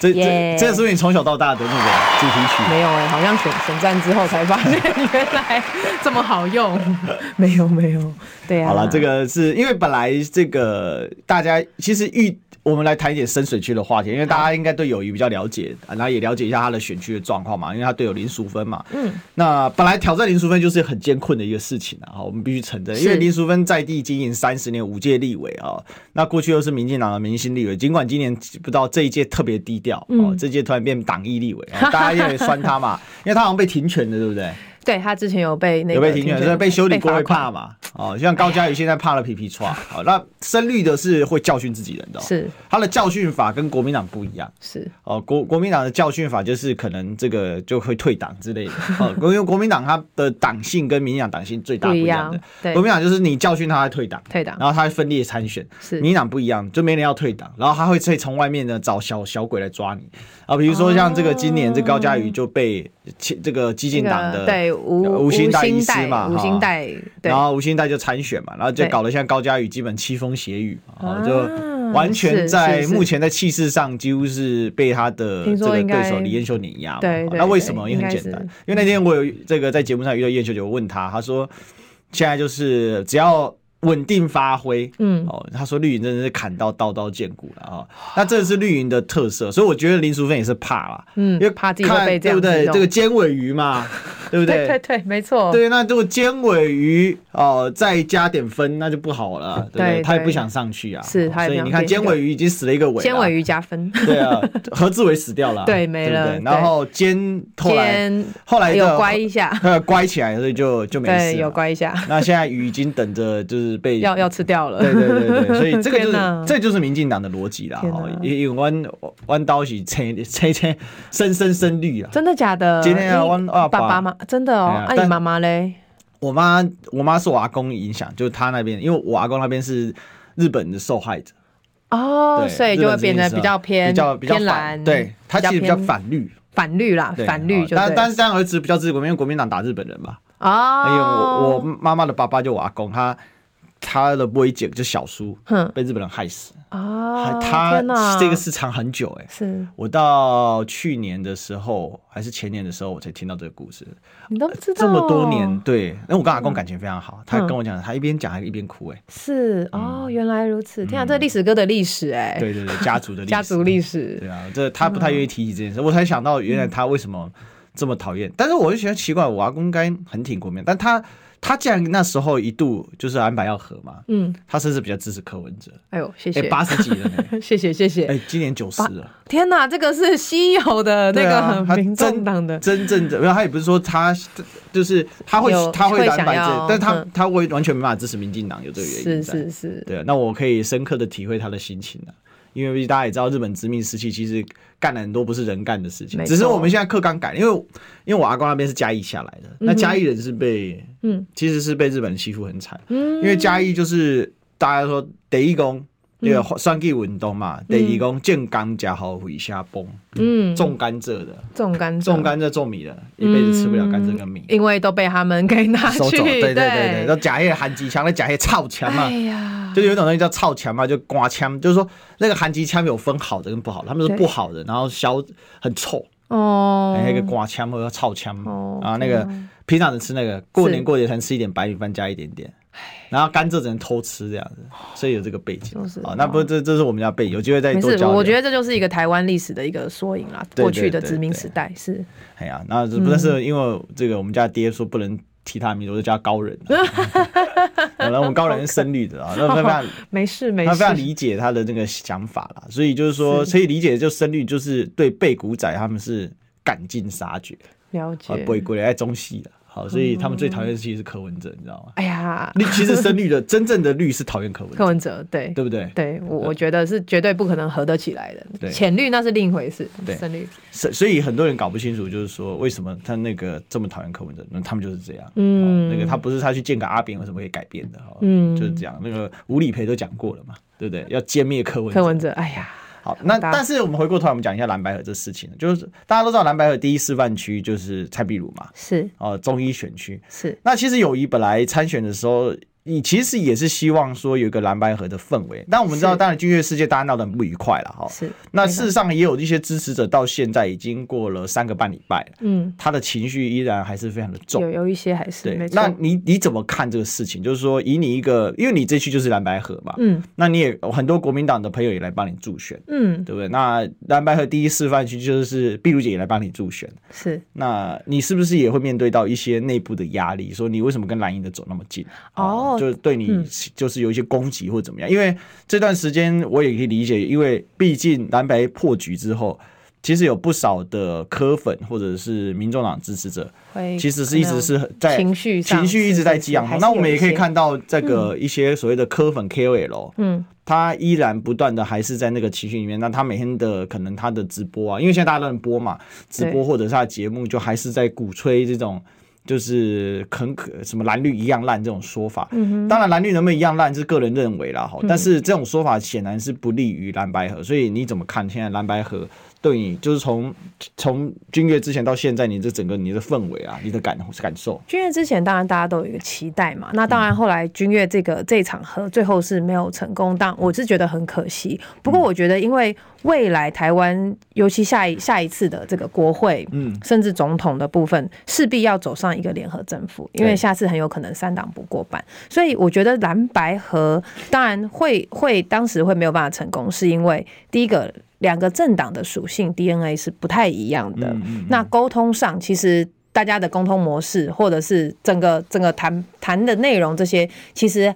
这耶这这是不是你从小到大的那个主题曲？没有哎、好像选选战之后才发现原来这么好用。 没有没有，对啊。好了，这个是因为本来这个大家其实遇我们来谈一点深水区的话题，因为大家应该对友谊比较了解，啊然后也了解一下他的选区的状况嘛，因为他队友林淑芬嘛，嗯，那本来挑战林淑芬就是很艰困的一个事情啊，好我们必须承认，因为是林淑芬在地经营三十年，五届立委啊，那过去又是民进党的明星立委，尽管今年不知道这一届特别低调，哦，这届突然变党意立委，啊大家因为酸他嘛，因为他好像被停权的，对不对？对他之前有被那个有被停权，所以被修理过会罚款嗯怕嘛？哦，像高嘉瑜现在怕了皮皮抓。好，那深绿的是会教训自己人的、哦，是他的教训法跟国民党不一样。是哦，国国民党的教训法就是可能这个就会退党之 类的。哦，因为国民党它的党性跟民进党党性最大不一样的不一样。对国民党就是你教训他，他退党，退党然后他分裂参选。是民进党不一样，就没人要退党，然后他会再从外面呢找小小鬼来抓你。啊，比如哦说像这个今年这高嘉瑜就被其这个激进党那的个对吴吴兴代医师嘛，吴兴哈代对然后吴兴代就参选嘛，然后就对搞得像高嘉瑜基本凄风斜雨嘛，啊，啊就完全是在是是目前在气势上几乎是被他的这听说个应该对手李彦秀碾压嘛。对啊对那为什么？对也很应该简是单，因为那天我有这个在节目上遇到彦秀，就问他，他说现在就是只要。稳定发挥，嗯哦，他说绿营真的是砍到刀刀见骨了啊、哦，那这是绿营的特色，所以我觉得林淑芬也是怕啦，嗯因为怕自己会看被对这不样子对？弄这个尖尾鱼 嘛，对不对对对，没错，对，那如果尖尾鱼哦、再加点分，那就不好 了，对不对？对他也对不想上去啊，是哦他也所以不你想看变这尖个尾鱼已经死了一个尾，尖尾，鱼加分。对啊， 何志伟死掉了啊， 对没了对不对然对后尖后来先后来有的乖一下， 呃乖起来，所以就就没事啊对，了有。乖一下，那现在鱼已经等着就是被要要吃掉了。 对对对对，所以这 个就天是哪这就是民进党的逻辑啦，天哪哦，也也弯弯刀洗切切切 深深深绿啊， 真的假的？今天啊你我我爸爸爸吗？真的哎呀哦，那但你妈妈嘞？我妈我妈受我阿公影响，就是她那边，因为我阿公那边是日本的受害者，哦，对所以日就本会殖变民得社比较偏比较比较偏反，蓝，对他其实比较偏反绿，反绿啦，对反绿哦就但对但是这样儿子比较治国，因为国民党打日本人嘛，因为我我哦，妈妈的爸爸就我阿公，他他的波一姐就小叔哼，被日本人害死，我还哦，他天哪这个市场很久哎、是我到去年的时候，还是前年的时候，我才听到这个故事。你都不知道哦这么多年，对，因为我跟嗯阿公感情非常好，他跟我讲，他一边讲还一边哭、哎，是哦，原来如此。天啊，这历史哥的历史哎，嗯对对对，家族的历史家族历史对啊，这他不太愿意提起这件事，我才想到原来他为什么这么讨厌。但是我就觉得奇怪，我阿公应该很挺国民党，但他他既然那时候一度就是安排要和嘛，嗯，他甚至比较支持柯文哲，哎呦，谢哎，谢，八十几 了呢，谢谢谢谢。哎，今年九十了。天哪，这个是稀有的那对啊，他个民众党的，真真正的，没有他也不是说他就是他会有他会会蓝想白这要，但他嗯他会完全没办法支持民进党，有这个原因是在是是，对，啊那我可以深刻的体会他的心情啊，因为大家也知道日本殖民时期其实干了很多不是人干的事情，没错只是我们现在课纲改，因为因为我阿公那边是嘉义下来的，那嘉义人是被嗯其实是被日本人欺负很惨，嗯因为嘉义就是大家说第一公。那个双季运动嘛，第二讲种甘蔗好回下崩，嗯，种甘蔗的，重甘种蔗甘蔗种米的，一辈子吃不了甘蔗跟米，因为都被他们给拿去， 收走。对对对对，嗯对那假叶韩吉强，那假叶操强啊嘛哎，呀，就有一种东西叫操枪嘛，就刮枪，就是说那个韩籍枪有分好的跟不好的，他们说对不好的，然后削很臭，哦，哎那个刮枪或者叫操枪哦啊，那个平常只吃那个，过年过节才能吃一点白米饭加一点点，然后甘蔗只能偷吃这样子，所以有这个背景就是哦啊。那不这这是我们家背景，有机会再没多事，交流。我觉得这就是一个台湾历史的一个缩影啦。对过去对的对殖民对时代是哎呀，那这不但嗯是因为这个我们家爹说不能提他名字，我就叫他高人 啊。 然后我们高人是深绿的啊，那非常没事没他非常事，理解他的那个想法啦，所以就是说，可以理解就深绿就是对背骨仔他们是赶尽杀绝，了啊解，不会过来在中戏了。好，所以他们最讨厌的其实是柯文哲，你知道吗？哎呀，绿其实深绿的真正的绿是讨厌柯文 柯哲，文哲，对对不对？对，我我觉得是绝对不可能合得起来对的。浅绿那是另一回事对，深绿，所所以很多人搞不清楚，就是说为什么他那个这么讨厌柯文哲，那他们就是这样。嗯哦那个他不是他去见个阿扁有什么可以改变的，哦、嗯就是这样。那个吴理培都讲过了嘛，对不对？要歼灭柯文柯哲。文哲，哎呀，好，那大但是我们回过头来，我们讲一下蓝白河这事情，就是大家都知道蓝白河第一示范区就是蔡壁如嘛，是哦，中医选区。是，那其实友谊本来参选的时候，你其实也是希望说有一个蓝白河的氛围，但我们知道，是当然军乐世界大家闹得很不愉快了哈。是那没事实上也有一些支持者到现在已经过了三个半礼拜了，嗯，他的情绪依然还是非常的有重。有一些还是对没，错那，你你怎么看这个事情？就是说，以你一个，因为你这区就是蓝白河嘛，嗯那你也很多国民党的朋友也来帮你助选，嗯，对不对？那蓝白河第一示范区就是碧如姐也来帮你助选，是那你是不是也会面对到一些内部的压力？说你为什么跟蓝营的走那么近？哦啊就是对你就是有一些攻击或怎么样？因为这段时间我也可以理解，因为毕竟蓝白破局之后，其实有不少的科粉或者是民众党支持者，会其实是一可直能是很在情绪上情绪一直在激是是昂是。那还是我们也有一可以些看到这个一些所谓的科粉 KOL，嗯，他依然不断的还是在那个情绪里面。那他每天的可能他的直播啊，因为现在大家都能播嘛，直播对或者是他的节目，就还是在鼓吹这种。就是很可什么蓝绿一样烂这种说法，嗯、当然蓝绿能不能一样烂是个人认为啦哈，嗯但是这种说法显然是不利于蓝白河，所以你怎么看现在蓝白河对你就是从从君越之前到现在你这整个你的氛围啊，你的感感受？君越之前，当然大家都有一个期待嘛。那当然，嗯后来君越这个这一场合最后是没有成功，但我是觉得很可惜。不嗯过我觉得，因为未来台湾，尤其下一下一次的这个国会，嗯，甚至总统的部分，势必要走上一个联合政府，因为对下次很有可能三党不过半。所以我觉得蓝白合当然会会当时会没有办法成功，是因为第一个两个政党的属性 DNA 是不太一样嗯的。那沟通上其实。大家的沟通模式，或者是整个整个谈谈的内容，这些其实，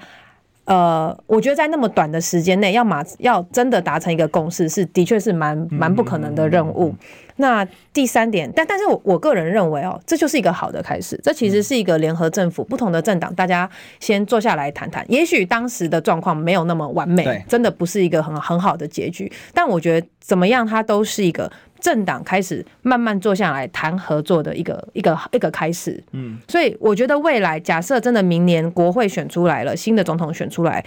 呃，我觉得在那么短的时间内，要马要真的达成一个共识，是的确是蛮蛮不可能的任务。那第三点，但但是我我个人认为哦，这就是一个好的开始，这其实是一个联合政府，不同的政党大家先坐下来谈谈。也许当时的状况没有那么完对美，真的不是一个很很好的结局，但我觉得怎么样，它都是一个。政党开始慢慢坐下来谈合作的一个一个一个开始，嗯，所以我觉得未来假设真的明年国会选出来了，新的总统选出来，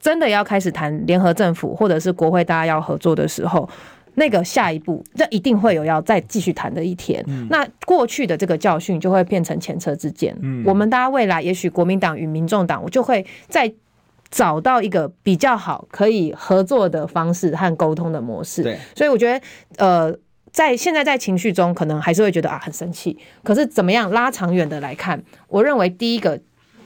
真的要开始谈联合政府或者是国会大家要合作的时候，那个下一步，这一定会有要再继续谈的一天。那过去的这个教训就会变成前车之鉴。我们大家未来也许国民党与民众党，我就会再找到一个比较好可以合作的方式和沟通的模式。对，所以我觉得，呃，在现在在情绪中，可能还是会觉得啊很生气。可是怎么样拉长远的来看，我认为第一个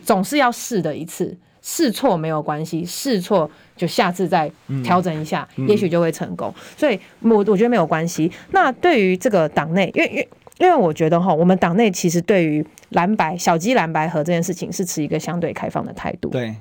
总是要试的一次，试错没有关系，试错就下次再调整一下，也许就会成功。所以我我觉得没有关系。那对于这个党内，因为因为因为我觉得哈，我们党内其实对于蓝白小鸡蓝白合这件事情是持一个相对开放的态度。对，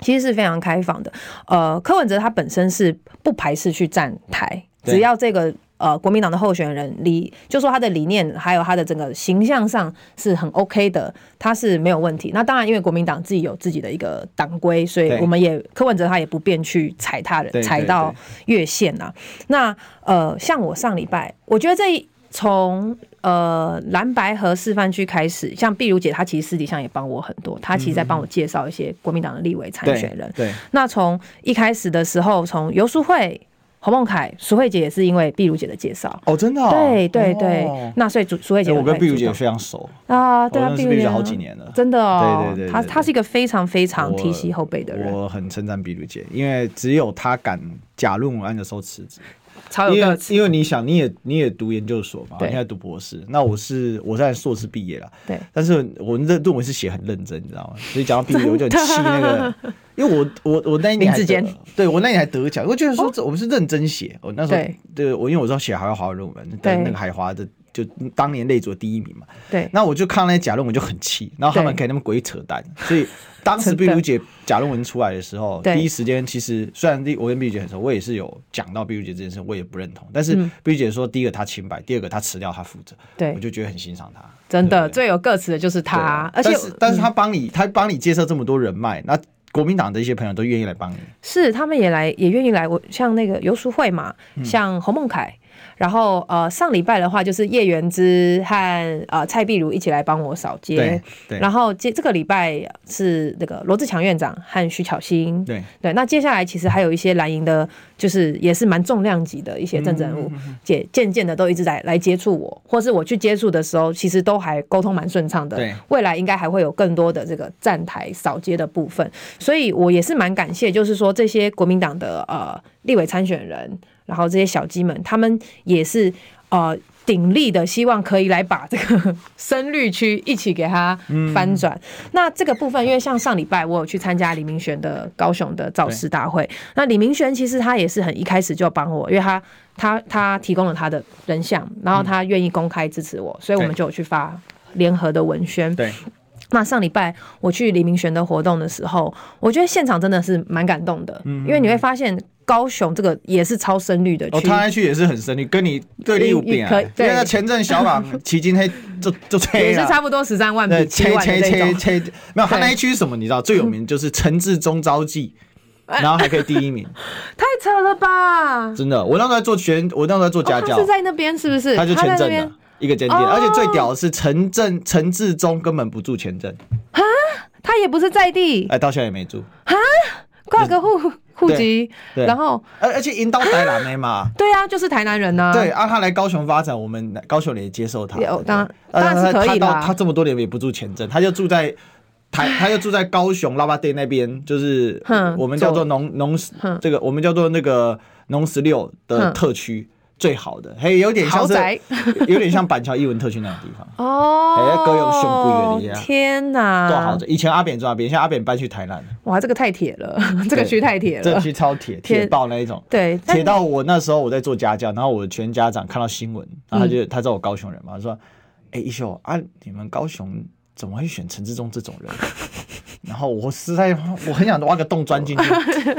其实是非常开放的。呃，柯文哲他本身是不排斥去站台，对只要这个呃国民党的候选人理，就说他的理念还有他的整个形象上是很 OK 的，他是没有问题。那当然，因为国民党自己有自己的一个党规，所以对我们也柯文哲他也不便去踩他对人对踩到越线啊。那呃，像我上礼拜，我觉得这一从呃蓝白河示范区开始，像碧如姐她其实私底下也帮我很多，她其实在帮我介绍一些国民党的立委参选人。嗯对，那从一开始的时候，从游淑慧、侯孟凯、淑慧姐也是因为碧如姐的介绍。哦，真的、哦，对对对，哦那所以主淑慧姐哎很我快主动，跟碧如姐非常熟，啊，对我啊，认识碧如碧如姐姐啊好几年了真的哦，对对对对她对她是一个非常非常我提携后辈的人，我很称赞碧如姐，因为只有她敢假论文案的时候辞职，超有因个为性，因为你想，你也你也读研究所嘛，你哦对现在读博士，那我是我在硕士毕业了，对，但是我的论文是写很认真，你知道吗？所以讲到毕业，我就很气那个，因为我我我那一年还林志得坚哦了，对我那一年还得奖，我觉得说这我们是认真写，我那时候对对我因为我知道写还要华文论文，但对那个海华的就当年类组的第一名嘛。对那我就看那些假论文就很气，然后他们对给他们鬼扯淡，所以当时真碧的如姐假论文出来的时候，对第一时间其实虽然第我跟碧如姐很熟，我也是有讲到碧如姐这件事，我也不认同，但是碧如姐说，第一个她清白，第二个她辞掉她负责，嗯对我就觉得很欣赏她，真对不的对啊最有个词的就是他，而且嗯但是但是她帮你，她帮你介绍这么多人脉，那国民党的一些朋友都愿意来帮你，是他们也来，也愿意来。我像那个游淑慧嘛，嗯像洪孟凯，然后呃上礼拜的话就是叶元之和呃蔡碧如一起来帮我扫街对，对然后接这个礼拜是那个罗志强院长和徐巧芯，对对，那接下来其实还有一些蓝营的，就是也是蛮重量级的一些政治人嗯物，也渐渐的都一直在来接触我，或是我去接触的时候，其实都还沟通蛮顺畅的对。未来应该还会有更多的这个站台扫街的部分，所以我也是蛮感谢，就是说这些国民党的呃立委参选人，然后这些小鸡们，他们也是呃。鼎力的希望可以来把这个 深绿区一起给它翻转。那这个部分，因为像上礼拜我有去参加李明玄的高雄的造势大会，那李明玄其实他也是很一开始就帮我，因为他他他提供了他的人像，然后他愿意公开支持我，所以我们对就有去发联合的文宣。对，那上礼拜我去李明玄的活动的时候，我觉得现场真的是蛮感动的，嗯因为你会发现高雄这个也是超深绿的哦，区。他那区也是很深，你跟你对立有柄啊，可以因为对那前阵 小港骑金黑就就也吹是了。差不多十三 万对，比七切万的切这切种，切， 没有，他对那一区是什么？你知道最有名就是陈志忠招 妓，哎然后还可以第一名，太扯了吧！真的。我那时候在做全，我那时候在做家哦他教是，在那边是不是？他就在前那镇的边一个间谍，哦而且最屌的是陈镇陈志忠根本不住前镇，他也不是在地，哎，到现在也没住。挂个户户籍，对然后而而且引导台南的嘛，对啊，就是台南人呐、对，，啊，他来高雄发展，我们高雄也接受他也，哦当然对当然是啊他可以他啦到他这么多年也不住前镇，他就住在 台，他就住在高雄拉巴店那边，就是哼我们叫做农农十哼这个我们叫做那个农十六的哼特区最好的，嘿，有点像豪是宅 有点像板桥艺文特区那种地 方，哦哎，各有胸贵的呀天哪，多好！以前阿扁住那边，现在阿扁搬去台南，哇，这个太铁了， 这个区太铁这了，区超铁铁爆那一种。对，但铁到我那时候我在做家教，然后我全家长看到新闻，然后他嗯就、他知道我高雄人嘛，他说：“哎、一秀啊，你们高雄怎么会选陈志忠这种人？” 然后我实在我很想挖个洞钻进去，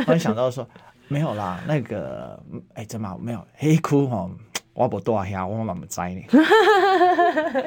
突然想到说：“没有啦，那个哎，真、嘛没有黑哭哈，我不多呀，我妈妈摘 呢。”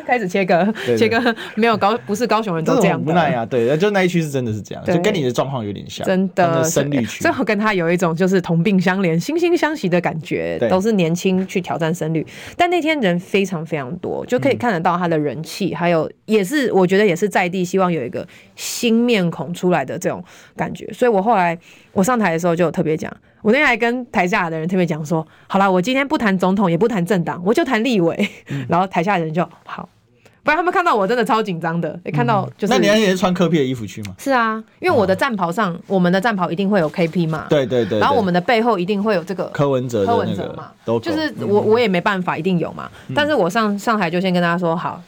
开始切割，对对切割没有高，不是高雄人都这这种样很无奈的。啊，对，就那一区是真的是这样，对就跟你的状况有点像，真他的们深绿区所以，我跟他有一种就是同病相怜、惺惺相惜的感觉对，都是年轻去挑战深绿。但那天人非常非常多，就可以看得到他的人气，还有也是我觉得也是在地希望有一个新面孔出来的这种感觉。所以我后来我上台的时候就有特别讲，我那天还跟台下的人特别讲说，好啦，我今天不谈总统，也不谈政党，我就谈立委。然后台下的人就好。不然他们看到我真的超紧张的，看到就嗯是、那你那也是穿科皮的衣服去吗？是啊，因为我的战袍上，我们的战袍一定会有 KP 嘛，嗯对对对对然后我们的背后一定会有这个柯文哲的柯文那哲个嗯嘛， logo，就是我我也没办法，一定有嘛。但是我上上台就先跟大家说好。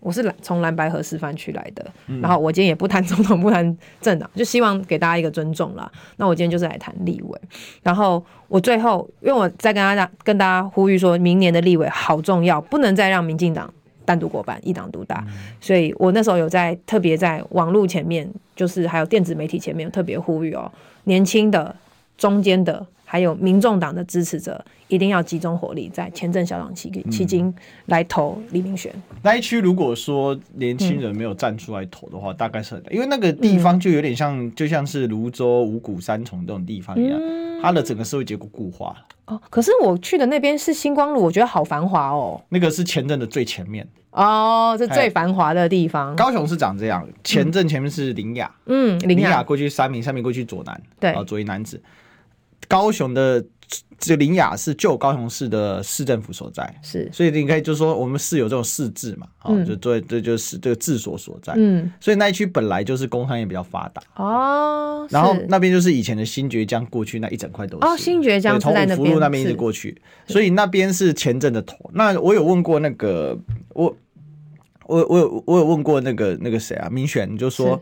我是蓝从蓝白河示范区来的，嗯然后我今天也不谈 总统，不谈政党，就希望给大家一个尊重啦。那我今天就是来谈立委，然后我最后，因为我再跟大家跟大家呼吁说，明年的立委好重要，不能再让民进党单独过半，一党独嗯大。所以我那时候有在特别在网络前面，就是还有电子媒体前面有特别呼吁哦，年轻的、中间的，还有民众党的支持者，一定要集中火力在前镇小党基基金来投李明玄。那一区如果说年轻人没有站出来投的话，大概是很难因为那个地方就有点像，嗯就像是泸州、五谷、三重这种地方一样，嗯它的整个社会结构固化了。哦，可是我去的那边是星光路，我觉得好繁华哦。那个是前镇的最前面，哦，是最繁华的地方。高雄是长这样，前镇前面是林雅，嗯，林雅雅，过去三明，三明过去左南，对啊，左一南子。高雄的这林雅是旧高雄市的市政府所在，是所以你可以就说我们市有这种市治嘛，啊、就对，这就是这个治所所在。嗯，所以那一区本来就是工商业比较发达。哦，然后是那边就是以前的新觉江过去那一整块都是哦新觉江对从是在五那福路边那边一直是过去，所以那边是前镇的头。那我有问过那个我我我有我有问过那个那个谁啊，明选，你就说。啊，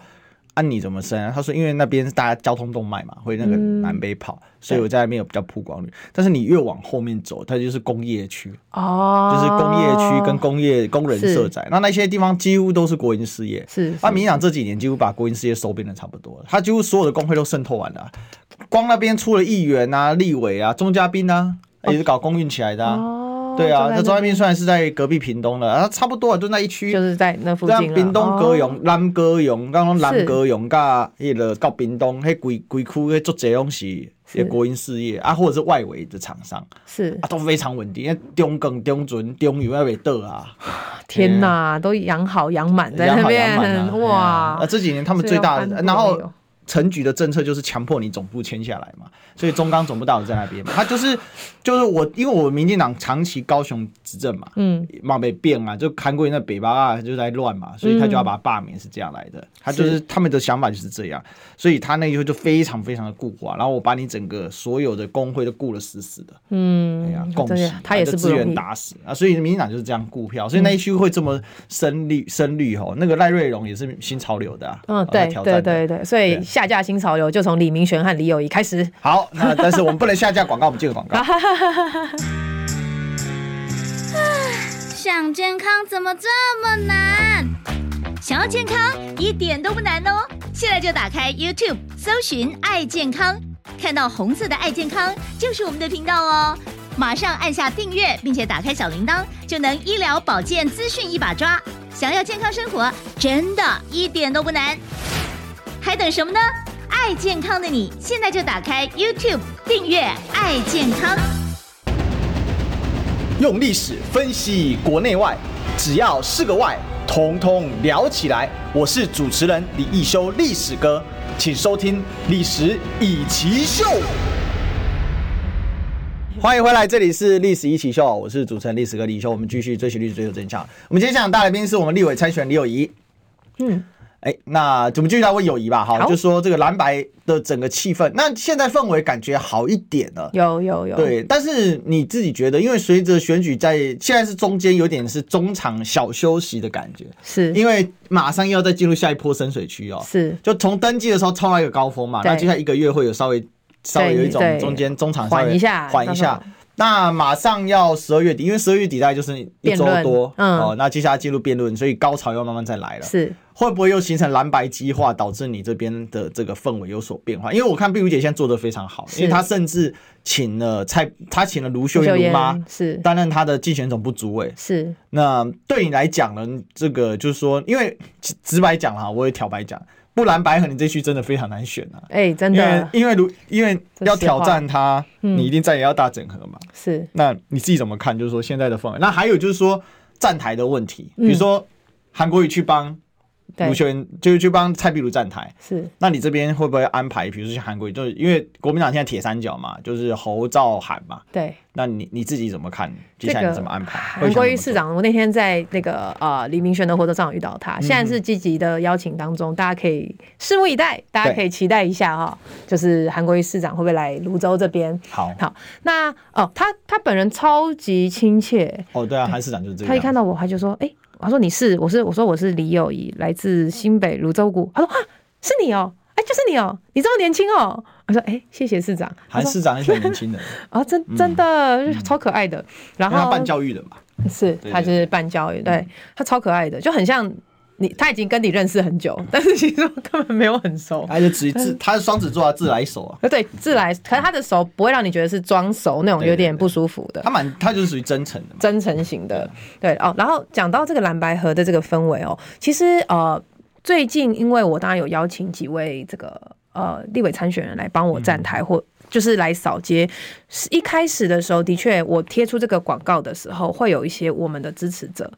啊，你怎么升、啊？他说因为那边是大家交通动脉嘛，会那个嗯南北跑，所以我在那边有比较曝光率。但是你越往后面走，它就是工业区，哦，就是工业区跟工业工人社宅，那那些地方几乎都是国营事业。是啊，民进党这几年几乎把国营事业收编的差不多了，他几乎所有的工会都渗透完了啊、光那边出了议员啊、立委啊、钟嘉宾啊，也是搞公运起来的啊。哦对啊，那就钟嘉在宾虽然是在隔壁屏东了，啊，差不多啊，就那一区。就是在那附像近了。啊哦屏东高雄、南高雄，刚刚是南高雄甲迄个到屏东，迄规规区迄足侪拢是是迄国营事业啊，或者是外围的厂商哦是啊，都非常稳定。因为中梗、中准、中油要被倒啊，天哪，都养好养满在养那好养满啊边，对啊啊， 哇！这几年他们所以最要大搬的，过然来后哟陈局的政策就是强迫你总部签下来嘛，所以中钢总部大楼在那边嘛，他就是就是我，因为我民进党长期高雄执政嘛，嗯，嘛被变啊嘛，就韩国人的北巴啊就在乱嘛，所以他就要把他罢免是这样来的，他就是他们的想法就是这样，所以他那以后就非常非常的固化，然后我把你整个所有的工会都顾得死死的，嗯，哎呀，共真的识他也是就不资容易源打死啊，所以民进党就是这样顾票，所以那一区会这么深绿深绿吼，那个赖瑞荣也是新潮流的啊，嗯，啊对在挑战对的对对，所以下架新潮流就从李明玄和李友仪开始。好，那但是我们不能下架广告，我们接个广告。 想健康怎么这么难？想要健康一点都不难哦！现在就打开 YouTube 搜寻“爱健康”，看到红色的“爱健康”就是我们的频道哦。马上按下订阅，并且打开小铃铛，就能医疗保健资讯一把抓。想要健康生活，真的一点都不难，还等什么呢？爱健康的你，现在就打开 YouTube 订阅“爱健康”。用历史分析国内外，只要是个“外”，统统聊起来。我是主持人李一修，历史哥，请收听《历史以奇秀》。欢迎回来，这里是历史一起秀，我是主持人历史哥李修，我们继续追寻历史，追求真相。我们今天现场大来宾是我们立委参选李友仪。嗯，哎，那我们继续来问友谊吧，哈，好就说这个蓝白的整个气氛，那现在氛围感觉好一点了。有有有，对，但是你自己觉得，因为随着选举在现在是中间有点是中场小休息的感觉，是因为马上要再进入下一波深水区哦。是就从登记的时候冲到一个高峰嘛，对那接下来一个月会有稍微稍微有一种对中间中场稍微缓一下缓一到下时。那马上要十二月底，因为十二月底大概就是一辩周论多，嗯哦，那接下来进入辩论，所以高潮又慢慢再来了。是会不会又形成蓝白激化，导致你这边的这个氛围有所变化？因为我看碧如姐现在做的非常好，因为她甚至请了蔡，她请了卢秀秀燕卢妈妍是担任她的竞选总部主委，是那对你来讲呢，这个就是说，因为直直白讲啦，我也挑白讲，不蓝白和你这区真的非常难选啊。哎，真因为的因为如因为要挑战他，啊嗯你一定再也要大整合嘛。是那你自己怎么看？就是说现在的氛围。那还有就是说站台的问题，嗯比如说韩国瑜去帮对卢秀燕，就是去帮蔡壁如站台。是那你这边会不会安排？比如说像韩国瑜，就是因为国民党现在铁三角嘛，就是侯、赵、韩嘛。对。那你你自己怎么看？接这下来个你怎么安排？会韩想国怎瑜么市做长，我那天在那个呃李明轩的活动上遇到他，现在嗯是积极的邀请当中，大家可以拭目以待，大家对可以期待一下哈、就是韩国瑜市长会不会来泸州这边？好好，那哦，他他本人超级亲切，哦，对啊，韩市长就是这样。他一看到我，他就说：“哎、他说你是，我是，我说我是李友仪，来自新北泸州谷。”他说：“啊，是你哦，哎、就是你哦，你这么年轻哦。”我说：“哎、谢谢市长。”他韩说市长很喜欢年 轻人，：“啊、真真的、超可爱的。”然嗯因为他后办教育的嘛。是，对嗯他就是半教育，对他超可爱的，就很像你，他已经跟你认识很久，嗯但是其实我根本没有 很熟。他就直自他是双子座啊，自来熟啊，呃，对，自来，可是他的手不会让你觉得是装熟那种对有点不舒服的。他蛮他就是属于真诚的嘛。真诚型的，对哦。然后讲到这个蓝白河的这个氛围哦，其实呃，最近因为我当然有邀请几位这个呃立委参选人来帮我站台或。就是来扫街，是一开始的时候，的确我贴出这个广告的时候，会有一些我们的支持者，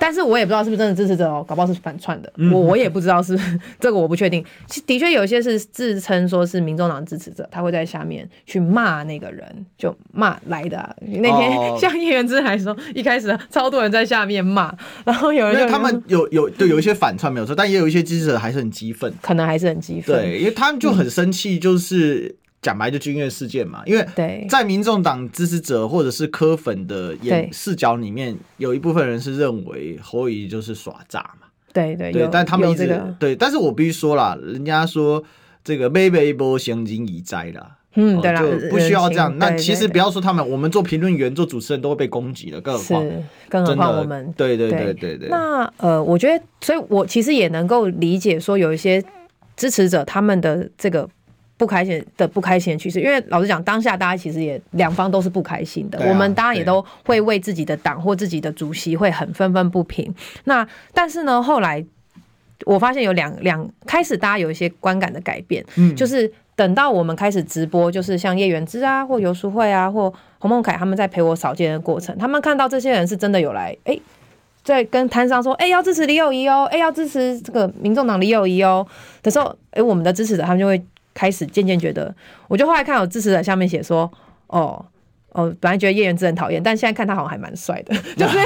但是我也不知道是不是真的支持者哦，搞不好是反串的，我我也不知道是这个我不确定。其的确有些是自称说是民众党支持者，他会在下面去骂那个人，就骂来的啊、那天、 哦 像叶元之来说，一开始超多人在下面骂，然后有人因就为他们有有对有一些反串没有错，但也有一些支持者还是很激愤。可能还是很激愤，对，因为他们就很生气，就是讲白就军乐事件嘛。因为对在民众党支持者或者是科粉的眼对视角里面，有一部分人是认为侯友宜就是耍诈嘛。对对对对有，但他们有一直、这个，对，但是我必须说啦，人家说这个 “baby 一波行经已灾”啦。嗯，哦对啦，就不需要这样。人情那对其实对不要说他们，我们做评论员、做主持人都会被攻击的，更何况是，更何真况的我们对对对对对对，那呃，我觉得，所以我其实也能够理解说有一些支持者他们的这个。不开心的不开心的趋势，因为老实讲，当下大家其实也两方都是不开心的。对啊我们当然也对都会为自己的党或自己的主席会很愤愤不平。那但是呢，后来我发现有两两开始大家有一些观感的改变，嗯，就是等到我们开始直播，就是像叶元之啊，或游淑慧啊，或洪孟凯他们在陪我扫街的过程，他们看到这些人是真的有来，哎、在跟摊商说，哎、要支持李友仪哦，哎、要支持这个民众党李友仪哦的时候，哎、我们的支持者他们就会开始渐渐觉得，我就后来看有支持者下面写说，哦。哦，本来觉得叶元之很讨厌，但现在看他好像还蛮帅的， 就是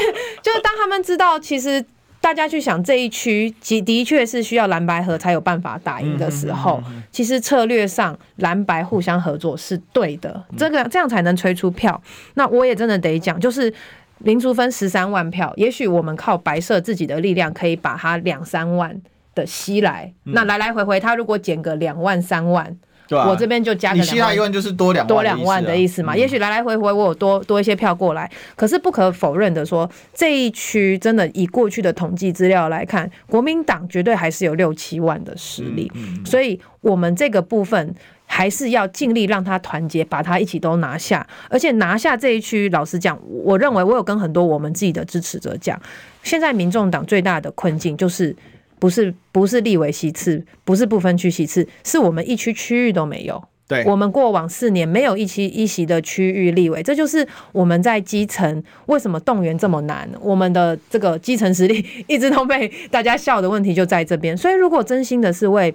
就是当他们知道其实大家去想这一区，其的确是需要蓝白河才有办法打赢的时候，其实策略上蓝白互相合作是对的，这个这样才能吹出票。那我也真的得讲，就是。林淑芬十三万票，也许我们靠白色自己的力量可以把它两三万的吸来。那来来回回，他如果减个两万三万，嗯对吧？我这边就加个你希腊2万一万就是多两多两万的意思啊嗯思嘛。也许来来回回我有多多一些票过来，可是不可否认的说，这一区真的以过去的统计资料来看，国民党绝对还是有六七万的实力，嗯所以我们这个部分。还是要尽力让他团结，把他一起都拿下。而且拿下这一区，老实讲，我认为我有跟很多我们自己的支持者讲，现在民众党最大的困境就是不是不是立委席次，不是不分区席次，是我们一区区域都没有。对我们过往四年没有一期一席的区域立委，这就是我们在基层为什么动员这么难，我们的这个基层实力一直都被大家笑的问题就在这边。所以，如果真心的是为，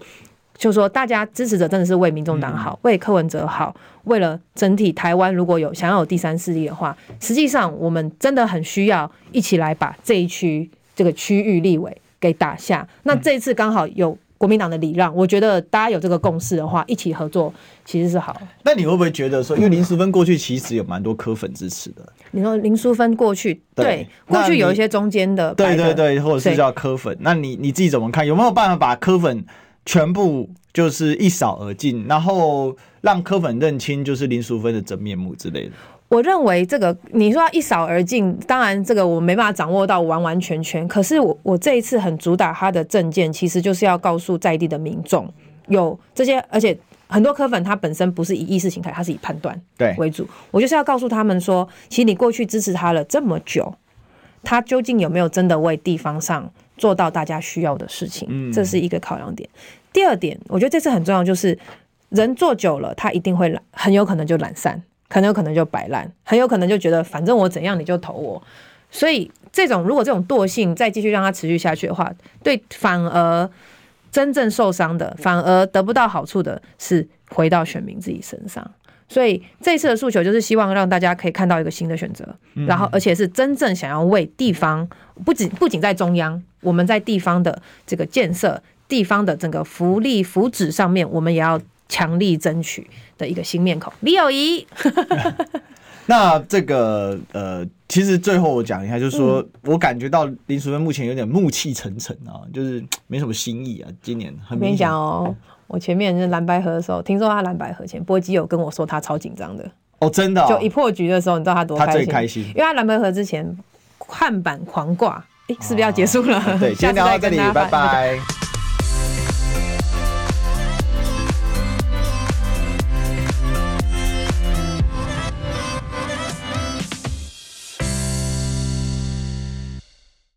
就说大家支持者真的是为民众党好，为柯文哲好，为了整体台湾如果有想要有第三势力的话，实际上我们真的很需要一起来把这一区这个区域立委给打下。那这一次刚好有。国民党的礼让，我觉得大家有这个共识的话，一起合作其实是好。那你会不会觉得说，因为林淑芬过去其实有蛮多科粉支持的，你说林淑芬过去，对对，那过去你有一些中间的，对白的对对，或者是叫科粉。那你你自己怎么看？有没有办法把科粉全部就是一扫而尽，然后让科粉认清就是林淑芬的真面目之类的？我认为这个你说要一扫而尽，当然这个我没办法掌握到完完全全。可是我我这一次很主打他的政见，其实就是要告诉在地的民众，有这些，而且很多科粉他本身不是以意识形态，他是以判断对为主。我就是要告诉他们说，其实你过去支持他了这么久，他究竟有没有真的为地方上做到大家需要的事情，这是一个考量点。第二点，我觉得这次很重要，就是人做久了，他一定会懒，很有可能就懒散，很有可能就摆烂，很有可能就觉得反正我怎样你就投我。所以这种如果这种惰性再继续让它持续下去的话，对，反而真正受伤的，反而得不到好处的是回到选民自己身上。所以这次的诉求就是希望让大家可以看到一个新的选择，然后而且是真正想要为地方，不仅不仅在中央，我们在地方的这个建设、地方的整个福利福祉上面，我们也要强力争取的一个新面孔。李友仪，那这个呃，其实最后我讲一下，就是说、我感觉到林淑芬目前有点暮气沉沉啊，就是嘖没什么新意啊。今年很我跟你明显讲哦，我前面是蓝白河的时候，听说他蓝白河前，波基有跟我说他超紧张的，哦，真的、就哦一，破局的时候，你知道他多他开最心？开心因为他蓝白河之前看板狂挂，哎、是不是要结束了？哦对，今 天下次聊到再这跟里，大家拜分享拜。